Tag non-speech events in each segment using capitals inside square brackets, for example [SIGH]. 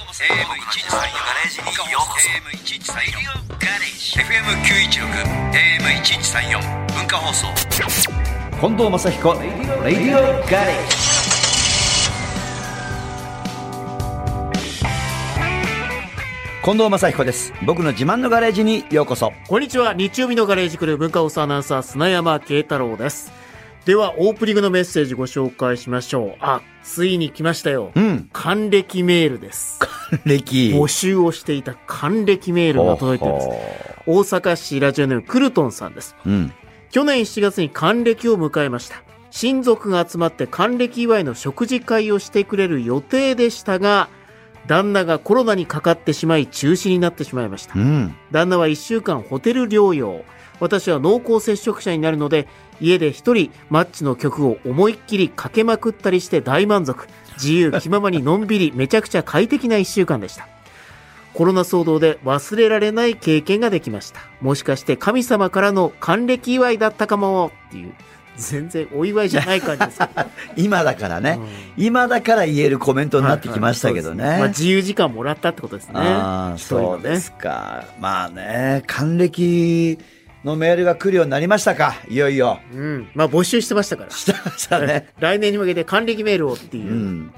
ガレージにようこそ FM1134 FM1134 文化放送近藤正彦レディオガレージ近藤正彦です僕の自慢のガレージにようこそこんにちは。日曜日のガレージクルー文化放送アナウンサー、砂山慶太郎です。では、オープニングのメッセージご紹介しましょう。あ、ついに来ましたよ。 [LAUGHS] うん還暦メールです。歴募集をしていた還暦メールが届いています。大阪市ラジオネームクルトンさんです。うん去年7月に還暦を迎えました。親族が集まって還暦祝いの食事会をしてくれる予定でしたが、旦那がコロナにかかってしまい中止になってしまいましたう。ん旦那は1週間ホテル療養私は濃厚接触者になるので家で一人マッチの曲を思いっきりかけまくったりして大満足自由気ままにのんびりめちゃくちゃ快適な1週間でしたコロナ騒動で忘れられない経験ができましたもしかして神様からの還暦祝いだったかもっていう全然お祝いじゃない感 [LAUGHS] じですけど今だからねうん、今だから言えるコメントになってきましたけどね、はいはいそうですまあ、自由時間もらったってことですねああ、一人のそうですか。まあね、還暦のメールが来るようになりましたか。いよいよ。うんまあ募集してましたからしたしたね。来年に向けて還暦メールをっていう [LAUGHS] う、ん。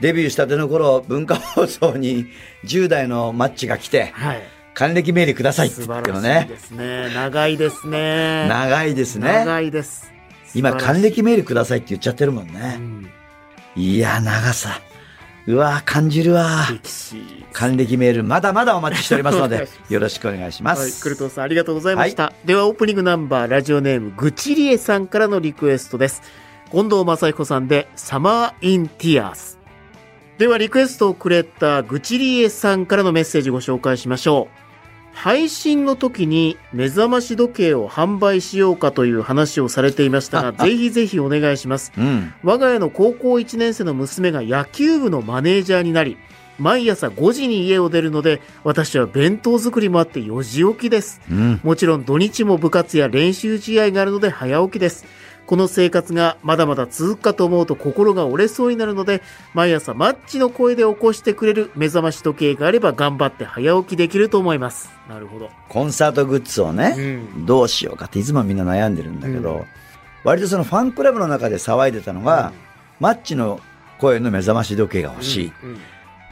デビューしたての頃、文化放送に10代のマッチが来て、はい還暦メールくださいって素言っ晴てもらしいねで。すね。長いですね。長いですね。長いです。今、素晴らし還い暦メールくださいって言っちゃってるもんうね。んいや、長さ。うわ、感じるわ。歴史。還暦メール、まだまだお待ちしておりますの [LAUGHS] お願でいし、よろしくお願いしまはい、す。クルトンさんありがとうございました、ではオープニングナンバーラジオネームぐちりえさんからのリクエストです近藤正彦さんでサマーインティアースではリクエストをくれたぐちりえさんからのメッセージご紹介しましょう配信の時に目覚まし時計を販売しようかという話をされていまし [LAUGHS] たがぜひぜひお願いしますうん。我が家の高校1年生の娘が野球部のマネージャーになり毎朝5時に家を出るので私は弁当作りもあって4時起きですうん。もちろん土日も部活や練習試合があるので早起きですこの生活がまだまだ続くかと思うと心が折れそうになるので毎朝マッチの声で起こしてくれる目覚まし時計があれば頑張って早起きできると思いますなるほど、コンサートグッズをね、うんどうしようかっていつもみんな悩んでるんだけど、うん割とそのファンクラブの中で騒いでたのが、マッチの声の目覚まし時計が欲しいうんうんっ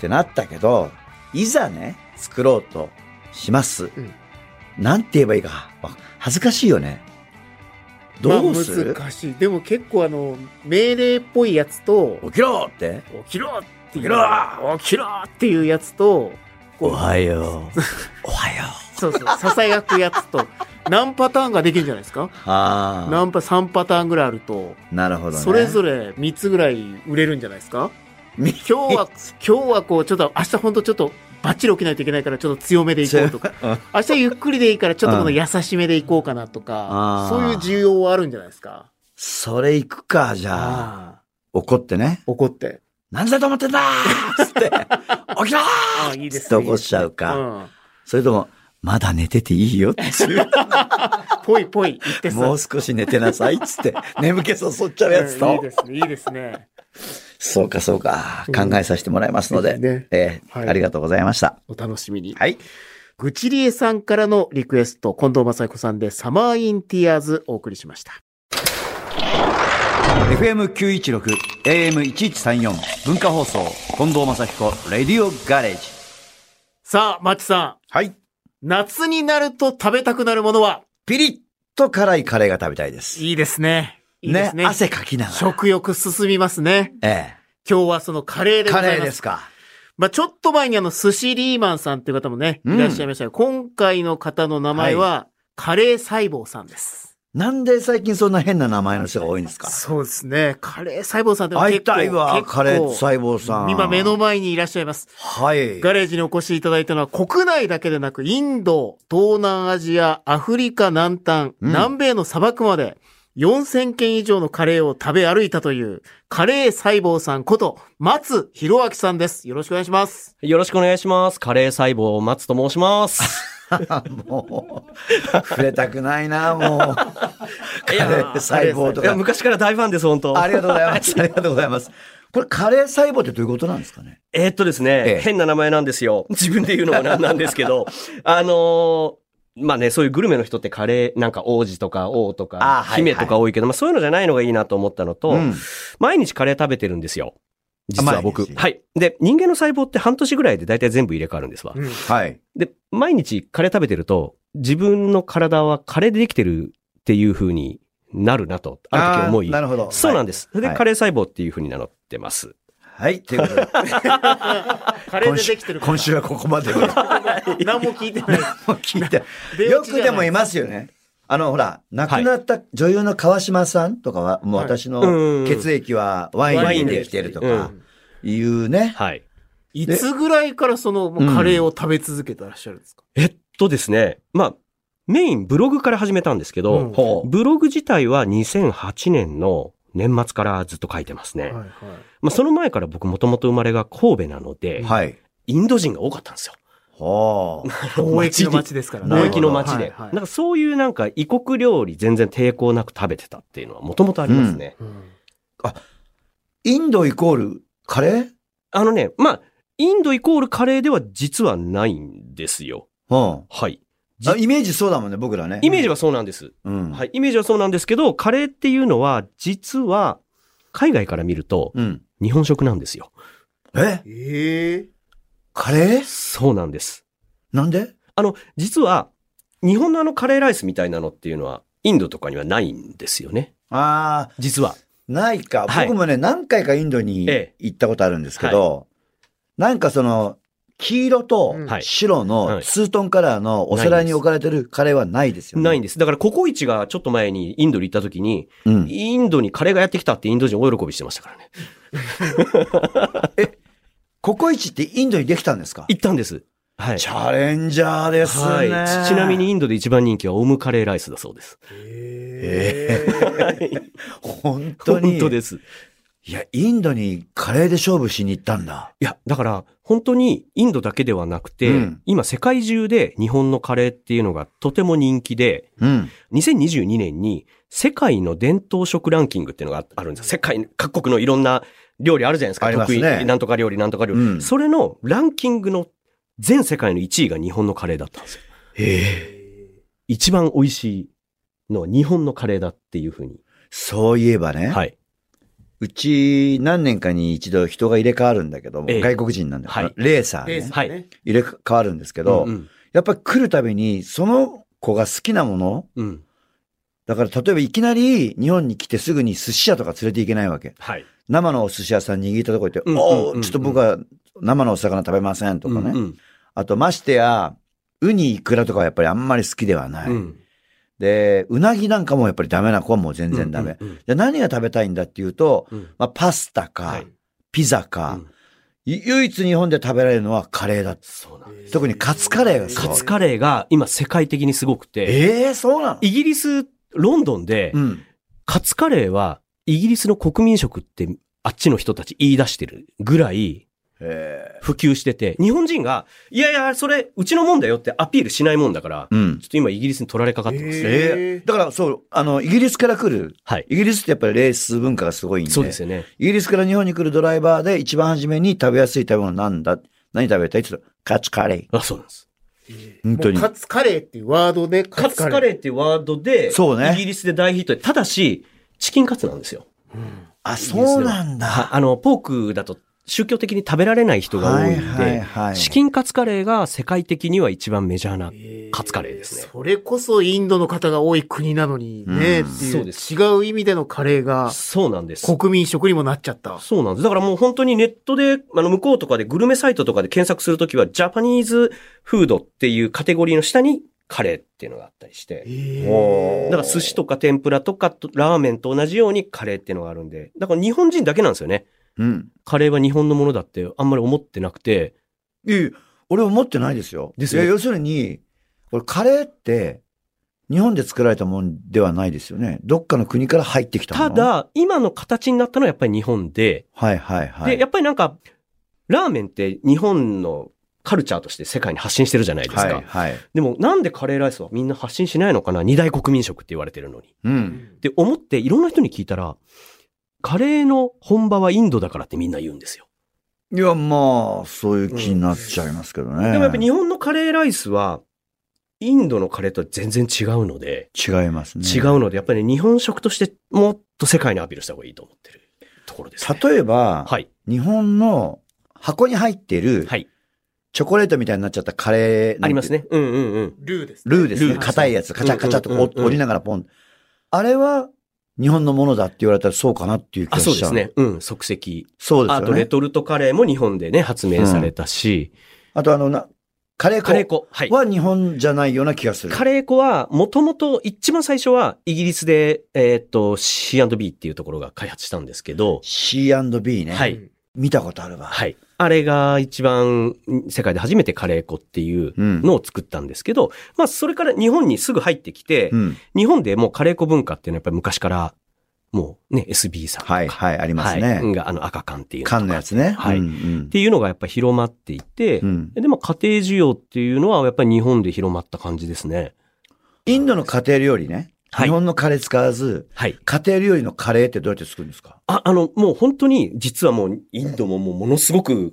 てなったけど、いざね、作ろうとします。うんなんて言えばいいか、わ恥ずかしいよね。どうすまるあ、、難しいでも結構あの命令っぽいやつと起きろって。起きろって起いきうろ起きろっていうやつとおはよう。 [LAUGHS] おはよう。そうそう [LAUGHS] ささやくやつと何パターンができるんじゃないですかあ何パ3パターンぐらいあるとあ。なるほどね。それぞれ。れ3つぐらい売れるんじゃないですか今 [LAUGHS] 日は今日はこうちょっと明日本当ちょっとバッチリ起きないといけないからちょっと強めでいこうとか [LAUGHS] 明日ゆっくりでいいからちょっとこの優しめでいこうかなとかあーそういう需要はあるんじゃないですかそれ行くか、じゃあ。あ怒ってね。あ怒ってなんだと思ってんだーつ [LAUGHS] って、起きろーああいいですつっねて起こしちゃうか。うんそれとも、まだ寝てていいよって [LAUGHS] いうぽいぽい言ってさ [LAUGHS] もう少し寝てなさいっつって、眠気そそっちゃうやつうんいいと。ですねいいですねそうかそうか。考えさせてもらいますので。うんねええはいありがとうございました。お楽しみにはい。ぐちりえさんからのリクエスト、近藤正彦さんでサマーインティアーズお送りしました。 FM916、AM1134、文化放送、近藤正彦、レディオガレージ。さあ、マッチさはい。ん、夏になると食べたくなるものはピリッと辛いカレーが食べたいです。いいですね。いいですね。汗かきながら。食欲進みますね。え今日はそのカレーえ。でごカざいます。レーですか。まあちょっと前にあの、寿司リーマンさんっていう方もね、うんいらっしゃいましたが、今回の方の名前は、カレー細胞さんです。なんで最近そんな変な名前の人が多いんですかそうですね。カレー細胞さんでも会結い構たいわ、結構カレー細胞さん。今目の前にいらっしゃいます。はい。ガレージにお越しいただいたのは国内だけでなくインド、東南アジア、アフリカ南端、うん南米の砂漠まで4000軒以上のカレーを食べ歩いたというカレー細胞さんこと松弘明さんです。よろしくお願いします。よろしくお願いします。カレー細胞、松と申します。もう、触れたくないな、もう。いやカレー細胞といやか。昔から大ファンです、本当。ありがとうございます。ありがとうございます。これ、カレー細胞ってどういうことなんですかねえーっとですね、ええ変な名前なんですよ。自分で言うのもなんなんですけど、あのーまあね、そういうグルメの人ってカレー、なんか王子とか王とあーかはい姫とか多いけど、まあそういうのじゃないのがいいなと思ったのと、うん。毎日カレー食べてるんですよ。実は僕。毎日はい。で、人間の細胞って半年ぐらいで大体全部入れ替わるんですわ。うんはい。で、毎日カレー食べてると、自分の体はカレーでできてるっていう風になるなと、ある時思ーい。なるほど。そうなんでです。それはでいカレー細胞っていう風に名乗ってます。す。はい。ということで、カレーでできてるから今週はここまで。何も聞いてない聞いて。出よ落ちくじゃなでいもいますよね。あの、ほら、亡くなった女優の川島さんとかは、もう私のうん血液はワワイインンででできてるとうか、いうね。はい。いつぐらいからそのもうカレーを食べ続けてらっしゃるんですか、えっとですね、まあ、メインブログから始めたんですけうんど、ほう。ブログ自体は2008年の年末からずっと書いてますね。はいはいまあ、その前から僕もともと生まれが神戸なので、はい。インド人が多かったんですよ。ほう。貿易の街ですからね貿易の街はいで。はないんかそういうなんか異国料理全然抵抗なく食べてたっていうのはもともとありますね。うんインドイコールカレーあのね、まあ、インドイコールカレーでは実はないんですよ。うん。はい。じあイメージそうだもんね、僕らね。イメージはそうなんです。うん。はい。イメージはそうなんですけど、カレーっていうのは実は海外から見るとうん。日本食なんですよ。えええカレーそうなんです。なんであの、実は日本のあのカレーライスみたいなのっていうのはインドとかにはないんですよね。ああ、実は。ないか。はい僕もね、何回かインドにえ行ったことあるんですけど、なんかその、黄色とうんはい白はのいツートンカラーのお皿に置かれてるカレーはないですよね。ないんです。だからココイチがちょっと前にインドに行った時に、うん。インドにカレーがやってきたってインド人大喜びしてましたからね。ココイチってインドにできたんですか行ったんです。はい。チャレンジャーですね。はい。ちちなみに。インドで一番人気はオムカレーライスだそうです。えはい本当に。 [LAUGHS] 本当です。いや、インドにカレーで勝負しに行ったんだ。いや、だから、本当にインドだけではなくて、うん今世界中で日本のカレーっていうのがとても人気で、うん。 2022年に世界の伝統食ランキングっていうのがあるんですよ。世界各国のいろんな料理あるじゃないですか。ありますね得意、なんとか料理、なんとか料理、うんそれのランキングの全世界の1位が日本のカレーだったんですよ。ええ一番美味しいのは日本のカレーだっていうふうに。そういえばね。はい。うち何年かに一度人が入れ替わるんだけども、ええ外国人なんだけど、はいレーサー、レースね、ねはい入れ替わるんですけど、うんうんやっぱり来るたびにその子が好きなもの、うん。だから例えばいきなり日本に来てすぐに寿司屋とか連れていけないわけ。はい。生のお寿司屋さん握ったとこ行って、うんおうんうおんちょっと僕は生のお魚食べませんとかね。うんうんあとましてや、ウニ、イクラとかはやっぱりあんまり好きではない。うんで、うなぎなんかもやっぱりダメな子はもう全然ダメ。うんうんじゃあ何が食べたいんだっていうと、うんまあ、パスタか、はいピザうか、んい唯一日本で食べられるのはカレーだ。そうなんです特にカツカレーがすごい。カツカレーが今世界的にすごくて、ええそうなのイギリス、ロンドンでう、ん。カツカレーはイギリスの国民食ってあっちの人たち言い出してるぐらいえ普及してて、日本人が、いやいや、それうちのもんだよってアピールしないもんだから、えうんちょ。っと今イギリスに取られかかってます。えええだからそう、あの、イギリスから来る、はい。イギリスってやっぱりレース文化がすごいんで、そうですよね。イギリスから日本に来るドライバーで一番初めに食べやすい食べ物なんだ何食べたいって言ったら、カツカレあ、そうなんです。本当にもうカツカレーっていうワードでカツカレー。ーっていうワードで、そうねイギリスで大ヒットで、ただし、チキンカツなんですよ。ー。あ、そうなんだ。はあの、ポークだと宗教的に食べられない人が多いんで、はいはいはいチキンカツカレーが世界的には一番メジャーなええカツカレーですね。それこそインドの方が多い国なのにね、うんっていそううです違う意味でのカレーがそうなんです。国民食にもなっちゃった。そうなんです。だからもう本当にネットで、あの、向こうとかでグルメサイトとかで検索するときは、ジャパニーズフードっていうカテゴリーの下にカレーっていうのがあったりして。えだから寿司とか天ぷらとかとラーメンと同じようにカレーっていうのがあるんで。だから日本人だけなんですよね。うん。カレーは日本のものだってあんまり思ってなくて。いやいや、俺思ってないですよ。ですよいや要するに、これカレーって、日本で作られたもんではないですよね。どっかの国から入ってきたもたの。、だ、今の形になったのはやっぱり日本で。はいはいはい。で、やっぱりなんか、ラーメンって日本のカルチャーとして世界に発信してるじゃないですか。はい、はい。でもなんでカレーライスはみんな発信しないのかな二大国民食って言われてるのに。うん。って思っていろんな人に聞いたら、カレーの本場はインドだからってみんな言うんですよ。いや、まあ、そういう気になっちゃいますけどね。でもやっぱ日本のカレーライスは、インドのカレーとは全然違うので、違いますね。違うので、やっぱりね日本食としてもっと世界にアピールした方がいいと思ってるところです、ね。例えば、はい。日本の箱に入ってるはい。チョコレートみたいになっちゃったカレーのありますね。うんうんうん。ルーですね、ルーですね。ルー硬いやつ、カチャカチャとうんうんうんうん折りながらポン。あれは日本のものだって言われたらそうかなっていう気があ、しちゃ。そううです。ね。うん、即席。そうですあよと、ね。レトルトカレーも日本でね、発明されたし、あとあのな、カレー粉カレー粉。はい。は日本じゃないような気がする。カレー粉は、もともと、一番最初は、イギリスで、えーっと、C&B っていうところが開発したんですけど、 C&B ね。はいうん見たことあるわ。はい。あれが一番、世界で初めてカレー粉っていううん。のを作ったんですけど、まあ、それから日本にすぐ入ってきて、うん。日本でもうカレー粉文化っていうのはやっぱり昔から、もうね、SB さんとか。はい、はい、ありますはいうんね。が、あの赤缶っていうとか。缶のやつね。はいうんっ。ていうのがやっぱ広まっていて、うんうんでも家庭需要っていうのはやっぱり日本で広まった感じですね。インドの家庭料理ね。はい日本のカレー使わず、はい。家庭料理のカレーってどうやって作るんですかあ、あの、もう本当に、実はもう、インドももうものすごく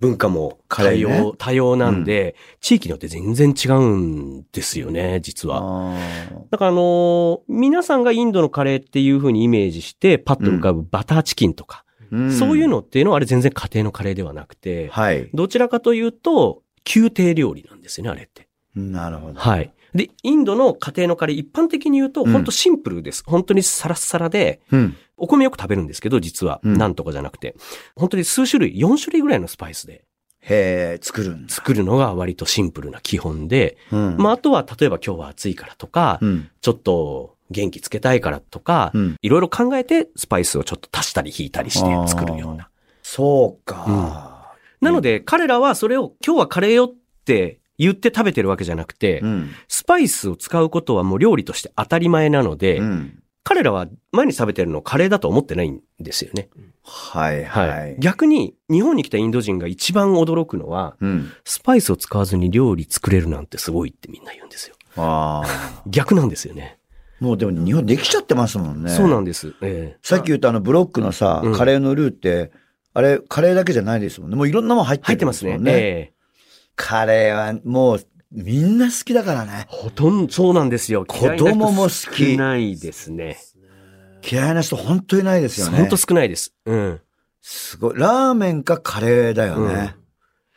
文化もカレー多ね様、多様なんで、地域によって全然違うんですよね、実は。あだからあのー皆さんがインドのカレーっていう風にイメージして、パッと浮かぶバターチキンとか、ーんそういうのっていうのはあれ全然家庭のカレーではなくて、はい。どちらかというと、宮廷料理なんですよね、あれって。なるほど。はい。で、インドの家庭のカレー、一般的に言うと、うん本当シンプルです。本当にサラッサラで、うん。お米よく食べるんですけど、実は、うんなんとかじゃなくて、本当に数種類、4種類ぐらいのスパイスでへえ、作るんだ。作るのが割とシンプルな基本で、うんまあ、あとは、例えば今日は暑いからとか、うん。ちょっと元気つけたいからとか、うん。いろいろ考えて、スパイスをちょっと足したり引いたりして作るような。そうか。なので、彼らはそれを今日はカレーよって言って食べてるわけじゃなくて、ん。スパイスを使うことはもう料理として当たり前なので、うん。彼らは毎日食べてるのをカレーだと思ってないんですよね。はいはい。逆に、日本に来たインド人が一番驚くのは、うん。スパイスを使わずに料理作れるなんてすごいってみんな言うんですよ。ああ。逆なんですよね。もうでも日本できちゃってますもんね。そうなんです。ええさっき言ったあのブロックのさうん、カレーのルーって、あれ、カレーだけじゃないですもんね。もういろんなもん入って入るってんまですすねも。んえね。えカレーはもうみんな好きだからね。ほとんど、そうなんですよ。子供も好き嫌いな人少ないですね。嫌いな人本当いないですよね。ほんと少ないです。うん。すごい。ラーメンかカレーだよね。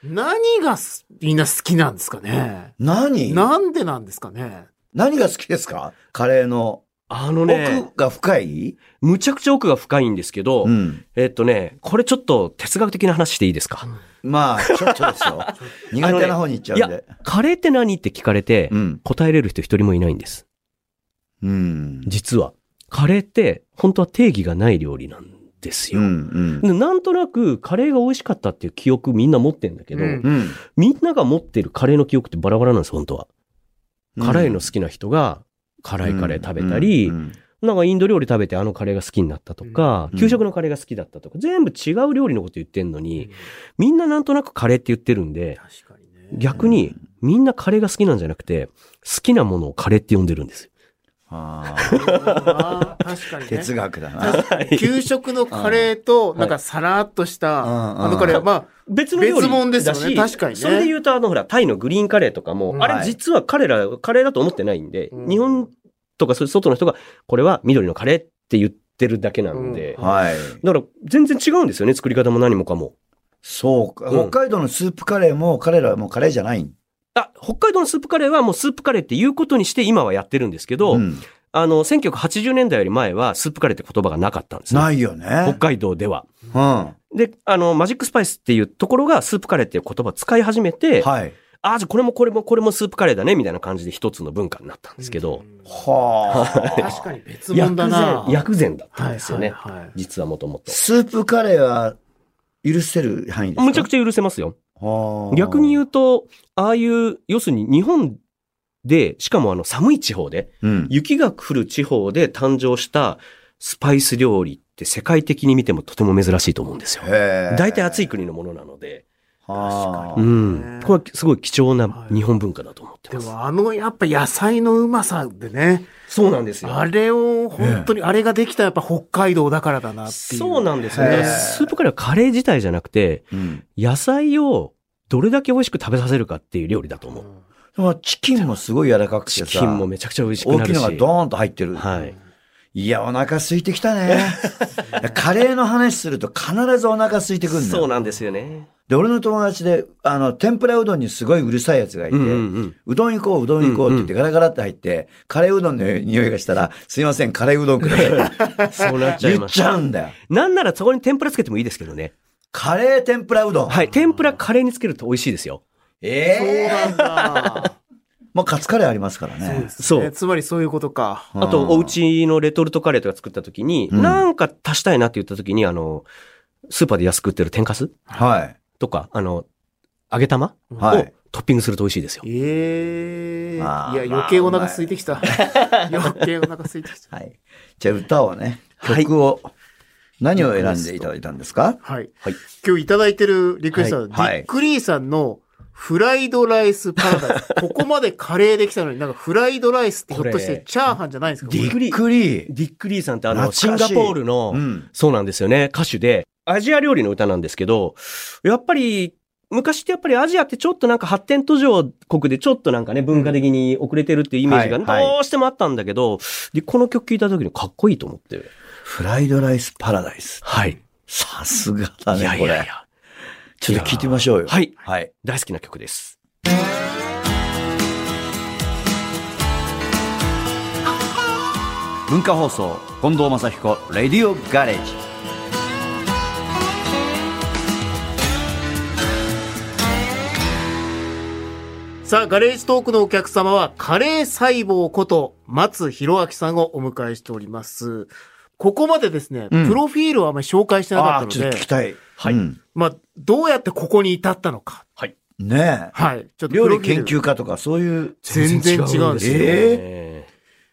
何がすみんな好きなんですかね何なんでなんですかね何が好きですかカレーの。あのね、奥が深いむちゃくちゃ奥が深いんですけど、うん。えっとね、これちょっと哲学的な話していいですか、まあ、ちょっとです [LAUGHS] よ。苦手な方に行っちゃいうんやで。、カレーって何って聞かれて、うん。答えれる人一人もいないんです。うん。実は。カレーって、本当は定義がない料理なんですよ。うん。でなんとなく、カレーが美味しかったっていう記憶みんな持ってんだけど、うんうん。みんなが持ってるカレーの記憶ってバラバラなんです、本当うんは。辛いの好きな人が、辛いカレー食べたり、うんうんなんかインド料理食べてあのカレーが好きになったとか、うん給食のカレーが好きだったとか、全部違う料理のこと言ってんのに、みんななんとなくカレーって言ってるんで、確かにね。逆にみんなカレーが好きなんじゃなくて、好きなものをカレーって呼んでるんですよ。あなるほどな確かーにね哲。学だ [LAUGHS] な。確かに給食のカレーと、なんかさらっとした、うんあのカレー、ま別の料理別物ですよだねし、確かにねそれで言うとあのほら、タイのグリーンカレーとかも、うんあれ実は彼らカレーだと思ってないんで、うん日本とかそういう外の人が、これは緑のカレーって言ってるだけなんで、うんはい。だから全然違うんですよね、作り方も何もかも。そうか。うん北海道のスープカレーも彼らはもうカレーじゃないん。あ、北海道のスープカレーはもうスープカレーっていうことにして今はやってるんですけど、うんあの、1980年代より前はスープカレーって言葉がなかったんですねないよ北ね。海道では。うん。はで、あの、マジックスパイスっていうところがスープカレーっていう言葉を使い始めて、い。 [LAUGHS] はあ、じゃあこれもこれもこれもスープカレーだね、みたいな感じで一つの文化になったんあ、ですけど、うんあ。確かに別物だな。薬膳だったはんいですよね。はいはい実はもともと。スープカレーは許せる範囲ですかむちゃくちちゃ許せますよ。ゃ逆にう。言うと、ああいう、要するに日本で、しかもあの寒い地方で、うん。雪が降る地方で誕生したスパイス料理って世界的に見てもとても珍しいと思うんですよ。へー大体暑い。国のものなので、あうーん。これはすごい貴重な日本文化だと思ってでます。もあのやっぱ野菜のうまさでね、そうなんですよ。あれを本当に、あれができたやっぱ北海道だからだなっていう。そうなんですよへね。ースープカレーはカレー自体じゃなくて、うん。野菜をどれだけ美味しく食べさせるかっていう料理だと思う。そのチキンもすごい柔らかくてチさ。キンもめちゃくちゃ美味しく大なきいるし。のがドーンと入ってる。はい。いや、お腹空いてきた [LAUGHS] ね。カレーの話すると必ずお腹空いてくるんだそうよ。なんですよね。で、俺の友達で、あの、天ぷらうどんにすごいうるさいやつがいて、ううんうんうん。どん行こう、うどん行こうって言ってガラガラって入って、カレーうどんの匂いがしたら、すいません、カレーうどんください。そうなっちゃい言まっすち。ゃうんだよ。なんならそこに天ぷらつけてもいいですけどね。カレー天ぷらうどん。はい。天ぷらカレーにつけると美味しいですよ。そうええなんだ。まあ、カツカレーありますからね。そうねつまりそういうことか。うんあと、お家のレトルトカレーとか作った時に、うんなんか足したいなって言った時に、あの、スーパーで安く売ってる天かすはい。とか、あの、揚げ玉をはいトッピングすると美味しいですよ。ええまあいや、余計お腹空いてき [LAUGHS] た。余計お腹空いてきた。はい。じゃあ、歌をね、はい曲を、何を選んでいただいたんですかはい。はい今日いただいてるリクエストは、はいはいディック・リーさんのフライドライスパラダ [LAUGHS] イス。ここまでカレーできたのに、なんかフライドライスってひょっとしこてれチャーハンじゃないんですかディックびっくり。ディック・リーさんってあの、シン懐かガしいポールの、うん。そうなんですよね、歌手で、アジア料理の歌なんですけど、やっぱり、昔ってやっぱりアジアってちょっとなんか発展途上国でちょっとなんかね、文化的に遅れてるっていうイメージがうんはいはいどうしてもあったんだけど、で、この曲聴いた時にかっこいいと思って。フライドライスパラダイス。はい。さすがだいやね、いこやいやれ。。ちょっと聞いてみましょうよ。はい。はい。大好きな曲です。文化放送、近藤正彦、レディオガレージ。さあ、ガレージトークのお客様は、カレー細胞こと、松弘明さんをお迎えしております。ここまでですね、うんプロフィールをあまり紹介してなかあったあ、のちょっでと聞、きたい。はいうんまあ、どうやってここに至ったのか。ねえ。はい。ちょっと料プ理ロフィー研ル究家とか、そういう。全然違うんですよ。よえ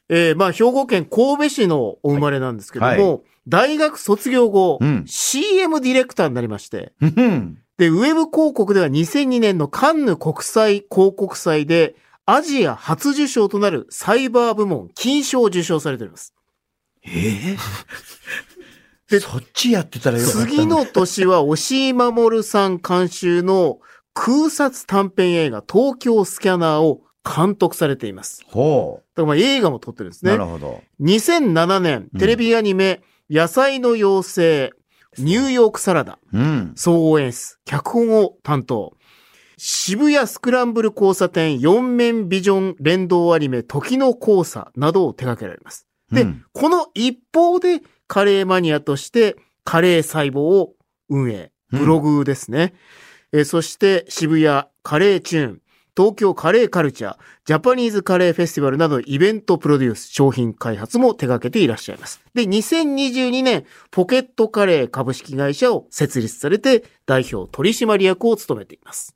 えーまあ、兵庫県神戸市のお生まれなんですけども、はいは大学卒業後、うん CM ディレクターになりまして、うん。で、ウェブ広告では2002年のカンヌ国際広告祭で、アジア初受賞となるサイバー部門金賞を受賞されております。ええでそっちやってたらよかった。次。の年は、押井守さん監修の空撮短編映画東京スキャナーを監督されています。ほだからまあ映画も撮ってるんですう。ねなる。ほど。 2007年、テレビアニメ、野菜の妖精、ニューヨークサラダ、うん。総合演出、脚本を担当。渋谷スクランブル交差点4面ビジョン連動アニメ、時の交差などを手掛けられます。で、うんこの一方で、カレーマニアとして、カレー細胞を運営、うんブログですね。えーそして、渋谷カレーチューン、東京カレーカルチャー、ジャパニーズカレーフェスティバルなどイベントプロデュース、商品開発も手掛けていらっしゃいます。で、2022年、ポケットカレー株式会社を設立されて、代表取締役を務めています。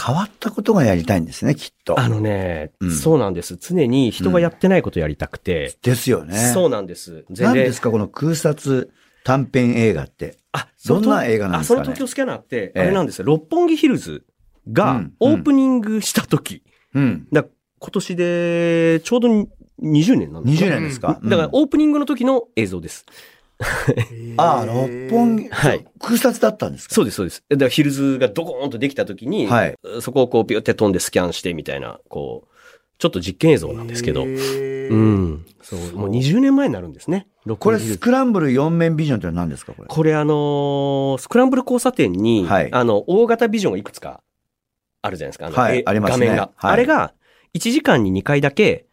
変わったことがやりたいんですね、きっと。あのね、うんそうなんです。常に人がやってないことやりたくて。ですよね。そうなんです。全何然で。すか、この空撮短編映画って。あ、どんな映画なんですかねあ、その東京スキャナーって、あええれなんですよ。六本木ヒルズうがんオープニングした時。うん。だから今年で、ちょうどに20年なんですか20年ですか。だからうんオープニングの時の映像です。ああ、六本木。はいそう空撮だったんですかそうです、そうです。だからヒルズがドコーンとできた時に、はい。そこをこうピュって飛んでスキャンしてみたいな、こう、ちょっと実験映像なんですけど。う。うんそう。もう20年前になるんですね。六こ本れ、木ヒルスズクランブル4面ビジョンって何ですか、これ。これあのースクランブル交差点に、はいあの、大型ビジョンがいくつかあるじゃないですか。あのはいえありますね画面が。はいあれが、1時間に2回だけ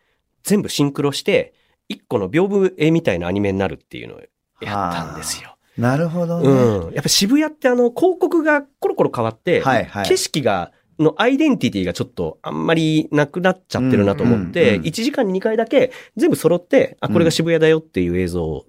全部シンクロして、1個の屏風絵みたいなアニメになるっていうのをやったんですよ。なるほどね。うん。やっぱ渋谷ってあの、広告がコロコロ変わって、はいはい景色が、のアイデンティティがちょっとあんまりなくなっちゃってるなと思って、うんうんうん1時間に2回だけ全部揃って、あ、これが渋谷だよっていう映像を、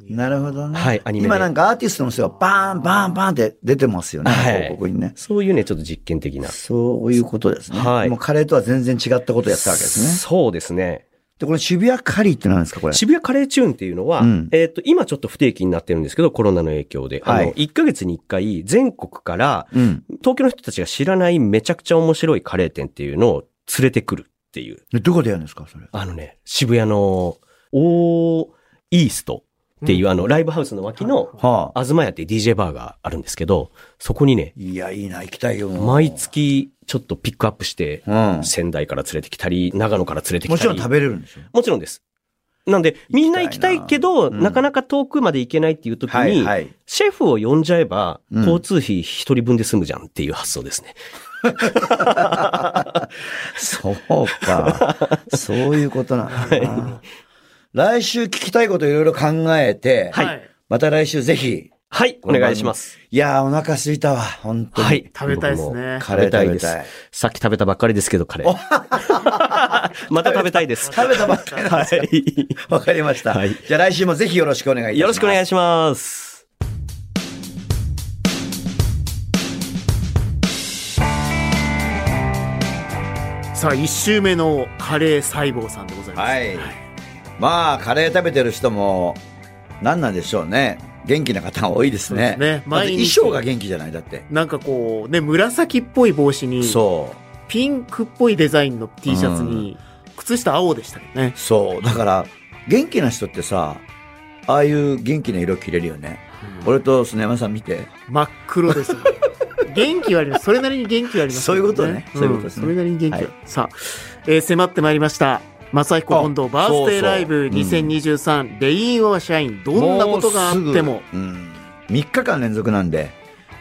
なるほどね。はい、アニメで。今なんかアーティストの人がバーンバーンバーンって出てますよね。はい広告にね。そういうね、ちょっと実験的な。そういうことですね。はいもうカレーとは全然違ったことやったわけですね。そうですね。で、この渋谷カリーって何ですか、これ。渋谷カレーチューンっていうのは、うんえっ、と、今ちょっと不定期になってるんですけど、コロナの影響で。はあいの、1ヶ月に1回、全国から、うん。東京の人たちが知らないめちゃくちゃ面白いカレー店っていうのを連れてくるっていう。でどこでやるんですか、それ。あのね、渋谷の、オーイーストっていう、あの、ライブハウスの脇の、はあ。あずまやっていう DJ バーがあるんですけど、そこにね、いや、いいな、行きたいよ。毎。月ちょっとピックアップして、うん。仙台から連れてきたり、長野から連れてきたり。もちろん食べれるんですよ。もちろんです。なんで、みんな行きたいけど、ななうんかなか遠くまで行けないっていう時に、い。シェフを呼んじゃえば、うん交通費一人分で済むじゃんっていう発想ですね。そう [LAUGHS] か。そういうことなんだな。来週聞きたいこといろいろ考えて、はいはい。また来週ぜひ。はい、お願いします。いやー、お腹すいたわ、本当に。はい。食べたいですね。カレー食べ食べたたい。さっき食べたばっかりですけ [LAUGHS] ど、カレー。また食べたいです。食べたばっかりなんですよ。[LAUGHS] はわかりました。はいじゃあ来週もぜひよろしくお願いいたします。い。よろしくお願いします。さあ、1週目のカレー細胞さんでございます。はい。まあ、カレー食べてる人も、何なんでしょうね。元気な方が多いですねそう。ですねだって毎衣日装が元気じゃないだって。なんかこう、ね、紫っぽい帽子に、そう。ピンクっぽいデザインの T シャツに、靴下青でしたけどね。そう。だから、元気な人ってさ、ああいう元気な色着れるよね。俺と砂山さん見て。真っ黒で [LAUGHS] すよね。元気はあります。それなりに元気はありますそうけいうど、ことねそういうことですねんそれなりに元気は、はいさあ、えー迫ってまいりました。正彦本堂バースデーライブそうそううん2023、レインオアシャイン。どんなことがあってもうすぐうん。3日間連続なんで、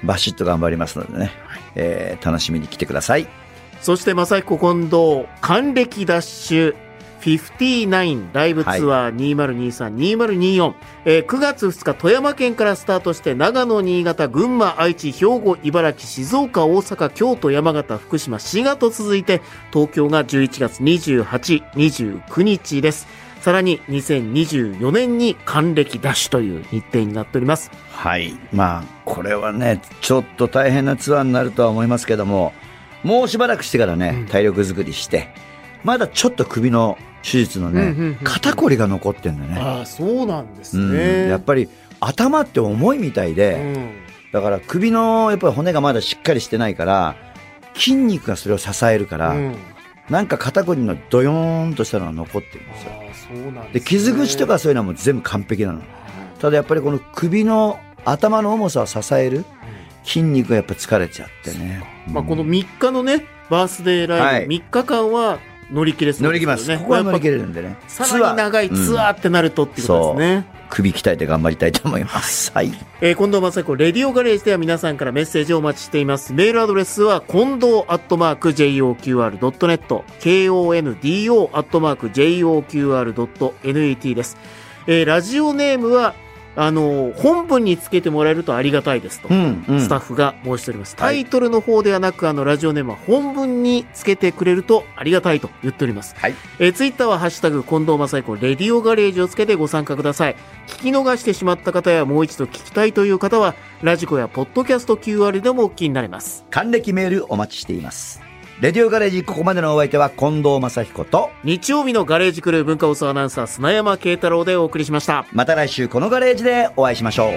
バシッと頑張りますのでね。えー楽しみに来てください。そして、正彦近藤、還暦ダッシュ、59ライブツアー2023-2024、えー9月2日富山県からスタートして長野、新潟、群馬、愛知、兵庫、茨城、静岡、大阪、京都、山形、福島、滋賀と続いて東京が11月28、29日です。さらに2024年に還暦ダッシュという日程になっております。はい。まあ、これはね、ちょっと大変なツアーになるとは思いますけども、もうしばらくしてからね、体力作りして、まだちょっと首の手術のね、うんうんうんうん肩こりが残ってんだね。ああ、そうなんでうすん、やっぱり頭って重いみたいで、だから首のやっぱり骨がまだしっかりしてないから、筋肉がそれを支えるから、なんか肩こりのドヨーンとしたのが残ってるんですよ。ああそうなんで、傷口とかそういうのはもう全部完璧なの。ただやっぱりこの首の頭の重さを支える筋肉がやっぱ疲れちゃってね。まあ、このうん3日のねバースデーライブ、は3日間は乗り切れそう乗でりす切よります。ねここは乗り切れるんでね。さらに長いツアーー、ってなるとっていうことですね、うん首鍛えて頑張りたいと思います。はい。えー近藤正彦レディオガレージでは皆さんからメッセージをお待ちしていますメールアドレスは近藤アットマーク JOQR.net KONDO アットマーク JOQR.net です、えーラジオネームはあのー本文につけてもらえるとありがたいですと、ん、うスタッフ。フが申しております。はタいイトルの方ではなく、あの、ラジオネームは本文につけてくれるとありがたいと言っております。はいえーツイッターはハッシュタグ、近藤正彦、レディオガレージをつけてご参加ください。聞き逃してしまった方や、もう一度聞きたいという方は、ラジコやポッドキャスト QR でもお聞きになれます。還暦メールお待ちしています。レディオガレージ、ここまでのお相手は近藤正彦と、日曜日のガレージクルー文化放送アナウンサー、砂山慶太郎でお送りしました。また来週このガレージでお会いしましょう。